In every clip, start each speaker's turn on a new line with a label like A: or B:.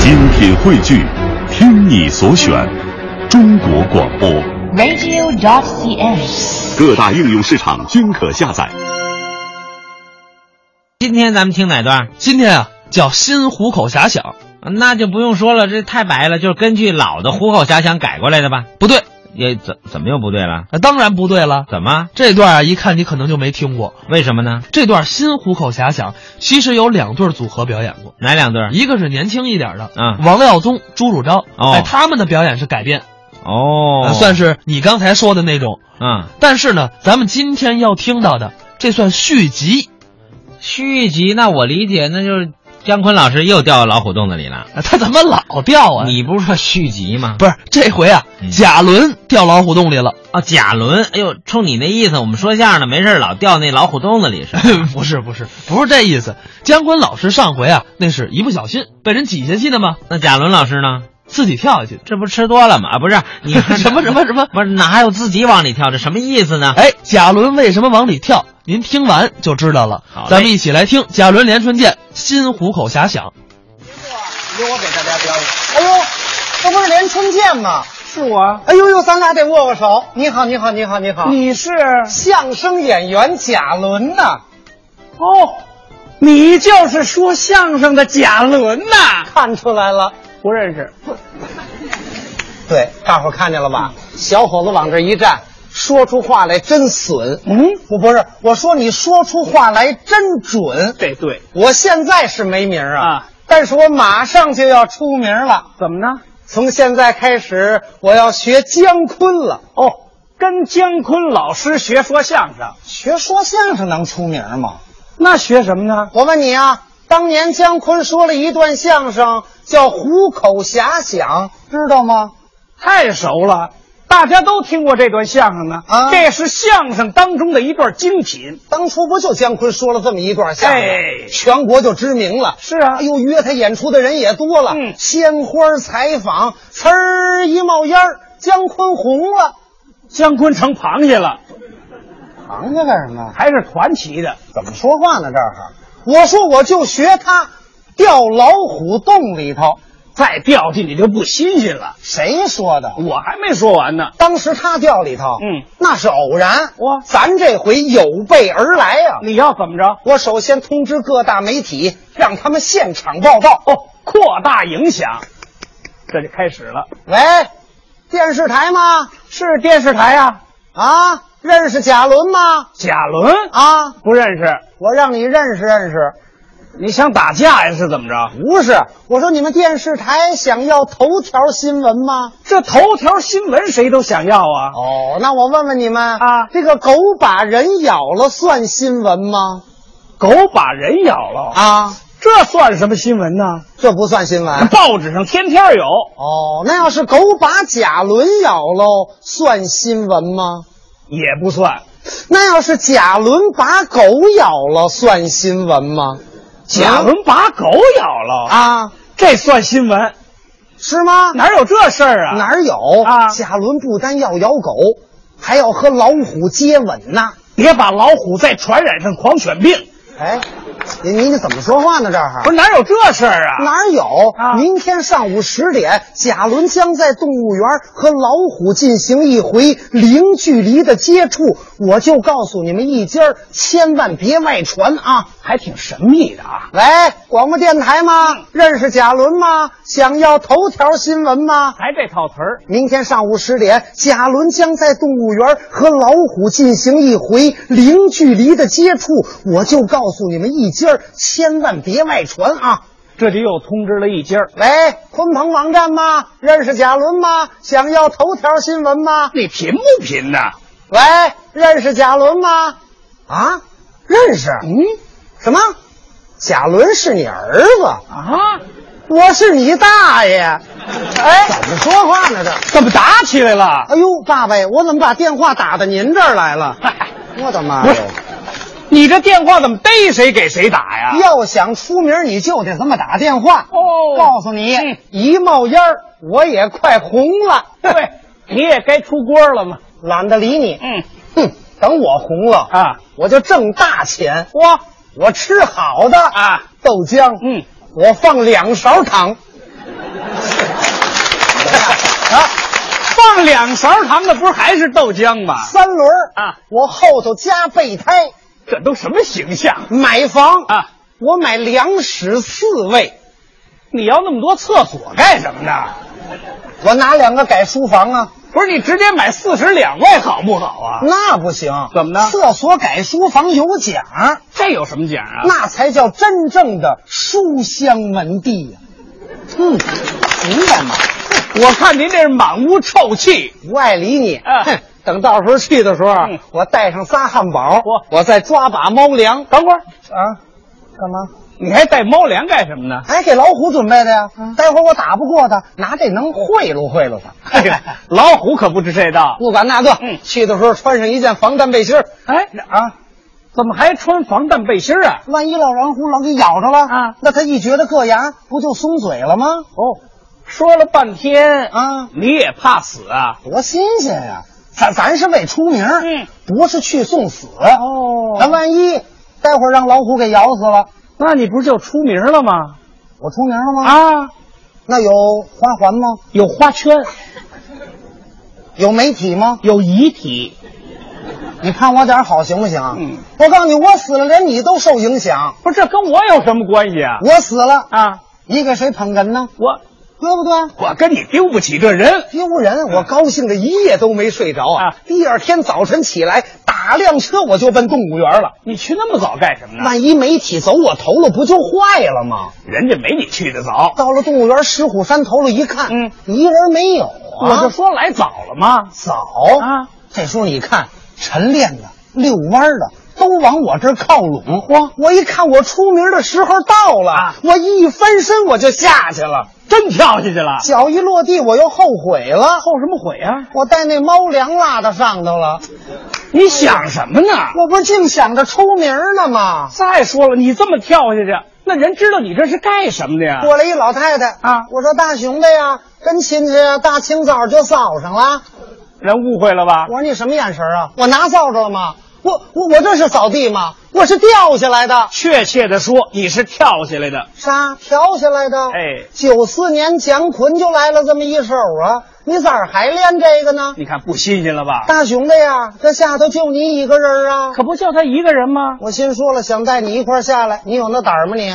A: 精品汇聚，听你所选，中国广播。
B: radio.cn。
A: 各大应用市场均可下载。
C: 今天咱们听哪段？
D: 今天啊，叫新虎口遐想，
C: 那就不用说了，这太白了，就是根据老的《虎口遐想》改过来的吧？
D: 不对，
C: 也怎怎么又不对了？
D: 呃当然不对了。
C: 怎么？
D: 这段啊，一看你可能就没听过。
C: 为什么呢？
D: 这段新虎口遐想其实有两对组合表演过，
C: 哪两对儿？
D: 一个是年轻一点的，
C: 嗯
D: 王耀宗、朱汝昭，
C: 哦
D: 哎，他们的表演是改编，
C: 哦
D: 呃，算
C: 是
D: 是你刚才说的那种。
C: 啊、
D: 但是呢，咱们今天要听到的，这算续集，
C: 续集。那我理解，那就是姜昆老师又掉老虎洞子里了。
D: 呃他怎么老掉啊？
C: 你不是说续集吗？
D: 不是这回啊
C: 嗯，
D: 贾伦掉老虎洞里了。
C: 啊，贾伦，哎呦，冲你那意思，我们说相声的没事儿老掉那老虎洞子里是吧？
D: 不是不是不是这意思，姜昆老师上回啊，那是一不小心被人挤下去的嘛，
C: 那贾伦老师呢？
D: 自己跳下去的。
C: 这不吃多了吗？啊，不是，你
D: 什么什么什么？
C: 不是哪有自己往里跳？这什么意思呢？
D: 哎，贾伦为什么往里跳？您听完就知道了
C: 好。嘞
D: 咱们一起来听贾伦连春剑新虎口遐想。
E: 由我给大家表演。
F: 哎呦，这不是连春剑吗？
E: 是我，
F: 哎呦呦，咱俩得握握手。你好，你好，你好，你好。
E: 你是
F: 相声演员贾伦呐，
E: 哦，你就是说相声的贾伦呐、
F: 看出来了。
E: 不认识，
F: 对，大伙儿看见了吧？小伙子往这一站，说出话来真损。
E: 嗯，
F: 不不是，我说你说出话来真准。
E: 这对，
F: 我现在是没名儿啊
E: 啊，
F: 但是我马上就要出名了。
E: 怎么呢？
F: 从现在开始，我要学姜昆了。
E: 哦，跟姜昆老师学说相声，
F: 学说相声能出名吗？
E: 那学什么呢？
F: 我问你啊，当年姜昆说了一段相声，叫《虎口遐想》，知道吗？
E: 太熟了。大家都听过这段相声呢，
F: 啊
E: 这是相声当中的一段精品。
F: 当初不就姜昆说了这么一段相声，
E: 哎
F: 全国就知名了。
E: 是啊
F: 哎呦，约他演出的人也多了，
E: 嗯
F: 鲜花采访，呲儿一冒烟儿，姜昆红了。
E: 姜昆成螃蟹了，
F: 行家干什么？
E: 还是传奇的。
F: 怎么说话呢？这儿，我说我就学他，掉老虎洞里头。
E: 再掉进去就不新鲜了。
F: 谁说的？
E: 我还没说完呢。
F: 当时他掉里头，
E: 嗯，
F: 那是偶然。
E: 哇
F: 咱这回有备而来呀、
E: 你要怎么着？
F: 我首先通知各大媒体，让他们现场报道。
E: 哦，扩大影响，这就开始了。
F: 喂，电视台吗？
E: 是电视台啊，
F: 啊，认识贾伦吗？
E: 贾伦
F: 啊，
E: 不认识，
F: 我让你认识认识。
E: 你想打架呀？是怎么着？
F: 不是，我说你们电视台想要头条新闻吗？
E: 这头条新闻谁都想要啊。
F: 哦，那我问问你们
E: 啊
F: 这个狗把人咬了算新闻吗？
E: 狗把人咬了，
F: 啊，
E: 这算什么新闻呢？
F: 这不算新闻。
E: 报纸上天天有，
F: 哦，那要是狗把贾伦咬喽，算新闻吗？
E: 也不算。
F: 那要是贾伦把狗咬了，算新闻吗？
E: 贾伦把狗咬了，
F: 啊，
E: 这算新闻？
F: 是吗？
E: 哪有这事儿啊？
F: 哪儿有
E: 啊
F: 贾伦不单要咬狗，还要和老虎接吻呢。
E: 别把老虎再传染上狂犬病，
F: 哎，你你你怎么说话呢？这
E: 不
F: 儿
E: 是哪有这事儿啊？
F: 哪儿有？
E: 啊
F: 明天上午十点，贾伦将在动物园和老虎进行一回零距离的接触。我就告诉你们一家儿，千万别外传啊！
E: 还挺神秘的啊。
F: 喂，广播电台吗？认识贾伦吗？想要头条新闻吗？
E: 还这套词儿，
F: 明天上午十点，贾伦将在动物园和老虎进行一回零距离的接触。我就告诉你们一家儿，千万别外传啊！
E: 这就又通知了一家儿。
F: 喂，鲲鹏网站吗？认识贾伦吗？想要头条新闻吗？
E: 你贫不贫呐？
F: 喂，认识贾伦吗？啊，认识。嗯，什么？贾伦是你儿子？
E: 啊，
F: 我是你大爷。哎，怎么说话呢？这。
E: 怎么打起来了？
F: 哎呦，爸爸呀，我怎么把电话打到您这儿来 了？
E: 嗨
F: 我的妈
E: 不
F: 呀
E: 是！哎你这电话怎么逮谁给谁打呀？
F: 要想出名，你就得这么打电话。
E: 哦
F: 告诉你，
E: 嗯
F: 一冒烟儿，我也快红了。
E: 对，你也该出锅了嘛。
F: 懒得理你。
E: 嗯
F: 哼，等我红了
E: 啊，
F: 我就挣大钱。哇，我吃好的
E: 啊，
F: 豆浆。
E: 嗯，
F: 我放两勺糖。
E: 啊，放两勺糖的不是还是豆浆吗？
F: 三轮儿
E: 啊，
F: 我后头加备胎，
E: 这都什么形象
F: 买房，
E: 啊？
F: 我买两室四卫，
E: 你要那么多厕所干什么呢？
F: 我拿两个改书房啊，
E: 不是你直接买四室两卫好不好啊？
F: 那不行，
E: 怎么呢
F: 厕所改书房有奖，
E: 这有什么奖啊？
F: 那才叫真正的书香门第呀、嗯，明白吗？
E: 我看您这是满屋臭气，
F: 不爱理你。
E: 啊
F: 哼，等到时候去的时候，啊
E: 嗯
F: 我带上仨汉堡，
E: 嚯
F: 我再抓把猫粮
E: 等会儿
F: 啊。干嘛？
E: 你还带猫粮干什么呢？
F: 哎，给老虎准备的呀！
E: 嗯
F: 待会儿我打不过他，拿这能贿赂贿赂他。
E: 哎 呀，老虎可不知这道。
F: 不管那个，
E: 嗯
F: 去的时候穿上一件防弹背心儿
E: 哎，
F: 啊，
E: 怎么还穿防弹背心儿啊？
F: 万一老狼虎老给咬着了
E: 啊
F: 那他一觉得硌牙，不就松嘴了吗？
E: 哦，说了半天，
F: 啊，
E: 你也怕死啊？
F: 多新鲜呀、咱咱是为出名，
E: 嗯，
F: 不是去送死。
E: 哦
F: 那万一待会儿让老虎给咬死了，
E: 那你不是就出名了吗？
F: 我出名了吗？，
E: 啊，
F: 那有花环吗？
E: 有花圈，
F: 有媒体吗？
E: 有遗体，
F: 你看我点儿好行不行？
E: 嗯，
F: 我告诉你，我死了连你都受影响。
E: 不是这跟我有什么关系啊？
F: 我死了，
E: 啊，
F: 你给谁捧哏呢？
E: 我
F: 对不对？
E: 我跟你丢不起这人。
F: 丢人！我高兴的一夜都没睡着啊！
E: 嗯啊
F: 第二天早晨起来，打辆车我就奔动物园了。
E: 你去那么早干什么呢？
F: 万一媒体走我头了，不就坏了吗？
E: 人家没你去的早，
F: 到了动物园石虎山头了，一看，
E: 嗯，
F: 一人没有啊！
E: 我就说来早了吗？
F: 早
E: 啊！
F: 这时候你看，晨练的、遛弯儿的都往我这儿靠拢。
E: 嚯
F: 我一看我出名的时候到
E: 嗯
F: 了，
E: 啊
F: 我一翻身我就下去了，
E: 真跳下去了，
F: 脚一落地我又后悔了。
E: 后什么悔啊？
F: 我带那猫粮落到上头了，
E: 你想什么呢？
F: 我不是净想着出名呢吗？
E: 再说了，你这么跳下去，那人知道你这是干什么的呀？
F: 过来一老太太
E: 啊
F: 我说大熊的呀，跟亲戚啊，大清早就扫上
E: 啊
F: 了。
E: 人误会了吧
F: 我？说你什么眼神啊？我拿扫帚了吗？我我我这是扫地吗？我是掉下来的，
E: 确切的说，你是跳下来的。
F: 啥跳下来的？
E: 哎
F: 九四年蒋坤就来了这么一手啊！你咋还练这个呢？
E: 你看不新鲜了吧？
F: 大熊的呀，这下头就你一个人啊！
E: 可不就他一个人吗？
F: 我心说了，想带你一块儿下来，你有那胆儿吗你？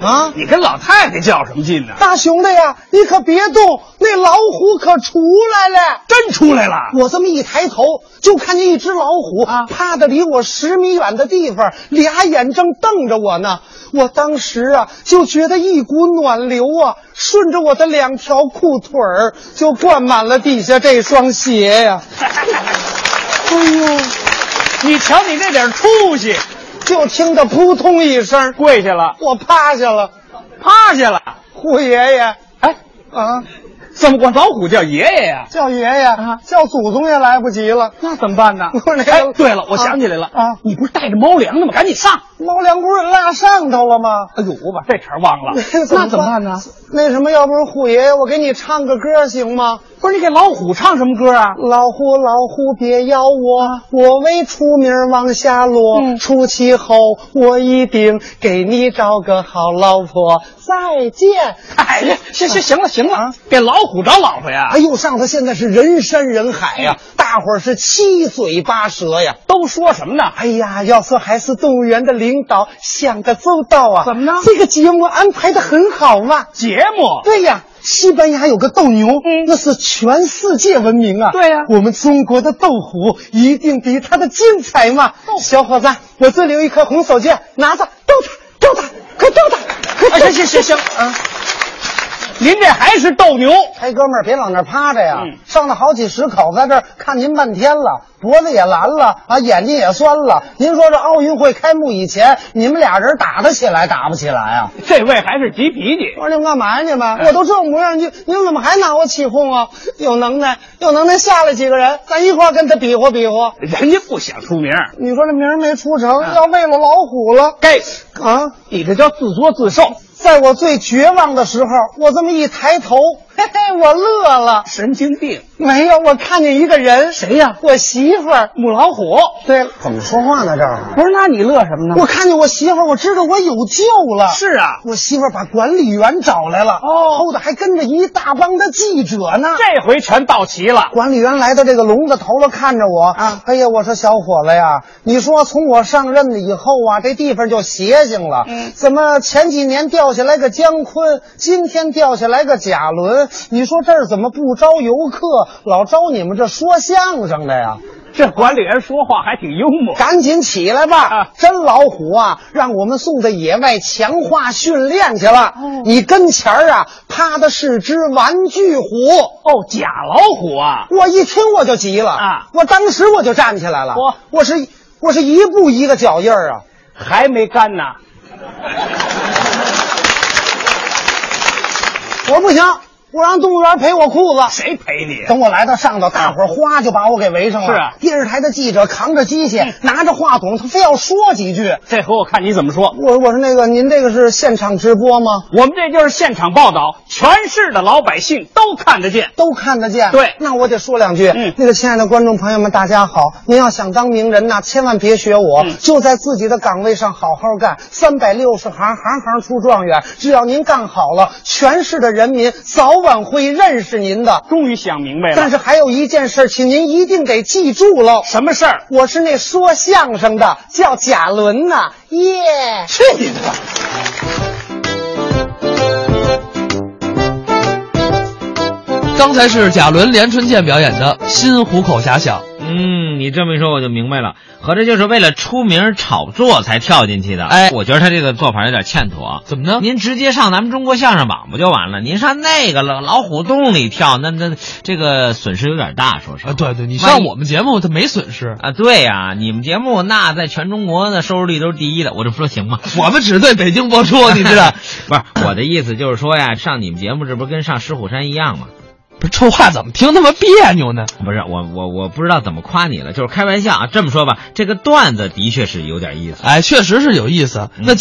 F: 啊！
E: 你跟老太太较什么劲呢？
F: 大熊的呀，你可别动，那老虎可出来了。
E: 真出来了！
F: 我这么一抬头，就看见一只老虎
E: 啊
F: 趴的离我十米远的地方，俩眼正瞪着我呢。我当时啊，就觉得一股暖流啊，顺着我的两条裤腿儿就灌满了底下这双鞋呀、哎呦，
E: 你瞧你这点出息，
F: 就听着扑通一声，
E: 跪下了，
F: 我趴下了。
E: 趴下了。
F: 虎爷爷
E: 哎，
F: 啊，
E: 怎么管老虎叫爷爷呀、
F: 叫爷爷
E: 啊
F: 叫祖宗也来不及了。
E: 那怎么办 呢？
F: 不是那个
E: 哎，对了，我
F: 啊
E: 想起来了
F: 啊
E: 你不是带着猫粮呢吗？赶紧上！
F: 猫粮不是落上头了吗？
E: 哎呦，我把这茬忘了
F: 那 怎么办
E: 呢？
F: 那什么，要不是虎爷爷，我给你唱个歌行吗？
E: 不是你给老虎唱什么歌 啊？
F: 老虎，老虎，别咬我！我为出名往下落。
E: 嗯
F: 出去后，我一定给你找个好老婆。再见！
E: 哎呀，行行行了行了，给老虎找老婆呀
F: 啊
E: 哎
F: 哎！呦，上头现在是人山人海呀、
E: 嗯
F: 大伙儿是七嘴八舌呀。
E: 都说什么呢？
F: 哎呀，要说还是动物园的领导想的周到啊！
E: 怎么呢
F: 这个节目安排的很好啊嘛。
E: 节 目
F: 对呀，西班牙有个斗牛，那是全世界闻名啊。
E: 嗯对呀
F: 我们中国的斗虎一定比它的精彩嘛。小伙子，我这里有一颗红手绢，拿着斗它，斗它，快斗它！快
E: 哎，
F: 斗
E: 行行行行，
F: 啊！
E: 您这还是斗牛，
F: 哎，哥们儿，别老那儿趴着呀！
E: 嗯
F: 上了好几十口，在这儿看您半天了，脖子也蓝了啊，眼睛也酸了。您说这奥运会开幕以前，你们俩人打得起来，打不起来啊？
E: 这位还是急脾气。
F: 我说你们干嘛呀？你
E: 哎
F: 们我都这模样，你你们怎么还拿我起哄啊？有能耐，有能耐，下来几个人，咱一块儿跟他比划比划。
E: 人家不想出名，啊
F: 你说这名儿没出成，要为了老虎了
E: 该
F: 啊？
E: 你这叫自作自受。
F: 在我最绝望的时候，我这么一抬头，嘿嘿，我乐了。
E: 神经病，
F: 没有，我看见一个人，
E: 谁呀
F: 我媳妇儿。
E: 母老虎。
F: 对了，怎么说话呢？这儿，
E: 不是，那你乐什么呢？
F: 我看见我媳妇儿，我知道我有救了。
E: 嗯是啊，
F: 我媳妇儿把管理员找来了，
E: 哦
F: 后头还跟着一大帮的记者呢。
E: 这回全到齐了。
F: 管理员来到这个笼子头了，看着我
E: 啊
F: 哎呀，我说小伙子呀，你说从我上任了以后啊，这地方就邪性了。
E: 嗯
F: 怎么前几年掉下来个姜昆，今天掉下来个贾伦？你说这儿怎么不招游客，老招你们这说相声的呀？
E: 这管理员说话还挺幽默。
F: 赶紧起来吧！
E: 啊
F: 真老虎啊，让我们送到野外强化训练去了。
E: 哦
F: 你跟前儿啊，趴的是只玩具虎。
E: 哦，假老虎啊！
F: 我一听我就急了
E: 啊！
F: 我当时我就站起来了。
E: 嚯
F: 我是我是一步一个脚印儿啊！
E: 还没干呢，
F: 我不行，我让动物园赔我裤子。
E: 谁陪你？啊
F: 等我来到上头，大伙儿哗就把我给围上了。
E: 是啊嗯
F: 电视台的记者扛着机械，拿着话筒，他非要说几句。
E: 这回我看你怎么说。
F: 我我说那个，您这个是现场直播吗？
E: 我们这就是现场报道，全市的老百姓都看得见。
F: 都看得见。
E: 对
F: 那我得说两句。
E: 嗯
F: 那个亲爱的观众朋友们，大家好！您要想当名人呐，千万别学我，
E: 嗯
F: 就在自己的岗位上好好干，三百六十行，行行出状元。只要您干好了，全市的人民早晚会认识您的。
E: 终于想明白了，
F: 但是还有一件事儿，请您一定得记住喽。
E: 什么事儿？
F: 我是那说相声的，叫贾伦呐、耶、
E: 去你的吧！
D: 刚才是贾伦、连春建表演的《新虎口遐想》。
C: 嗯，你这么一说我就明白了，合着就是为了出名炒作才跳进去的。
D: 哎
C: 我觉得他这个做法有点欠妥。
D: 怎么呢？
C: 您直接上咱们中国相声榜不就完了？您上那个老老虎洞里跳，那那这个损失有点大，说实话。
D: 啊，对对，你
C: 万
D: 上
C: 一
D: 我们节目它没损失，
C: 啊，对呀、你们节目那在全中国那收视率都是第一的，我这么说行吗？
D: 我们只对北京播出，你 知道？
C: 不是我的意思就是说呀，上你们节目这不是跟上狮虎山一样吗？
D: 不是这话怎么听那么别扭呢？
C: 不是我我我不知道怎么夸你了，就是开玩笑啊。这么说吧，这个段子的确是有点意思。嗯
D: 哎，确实是有意思。那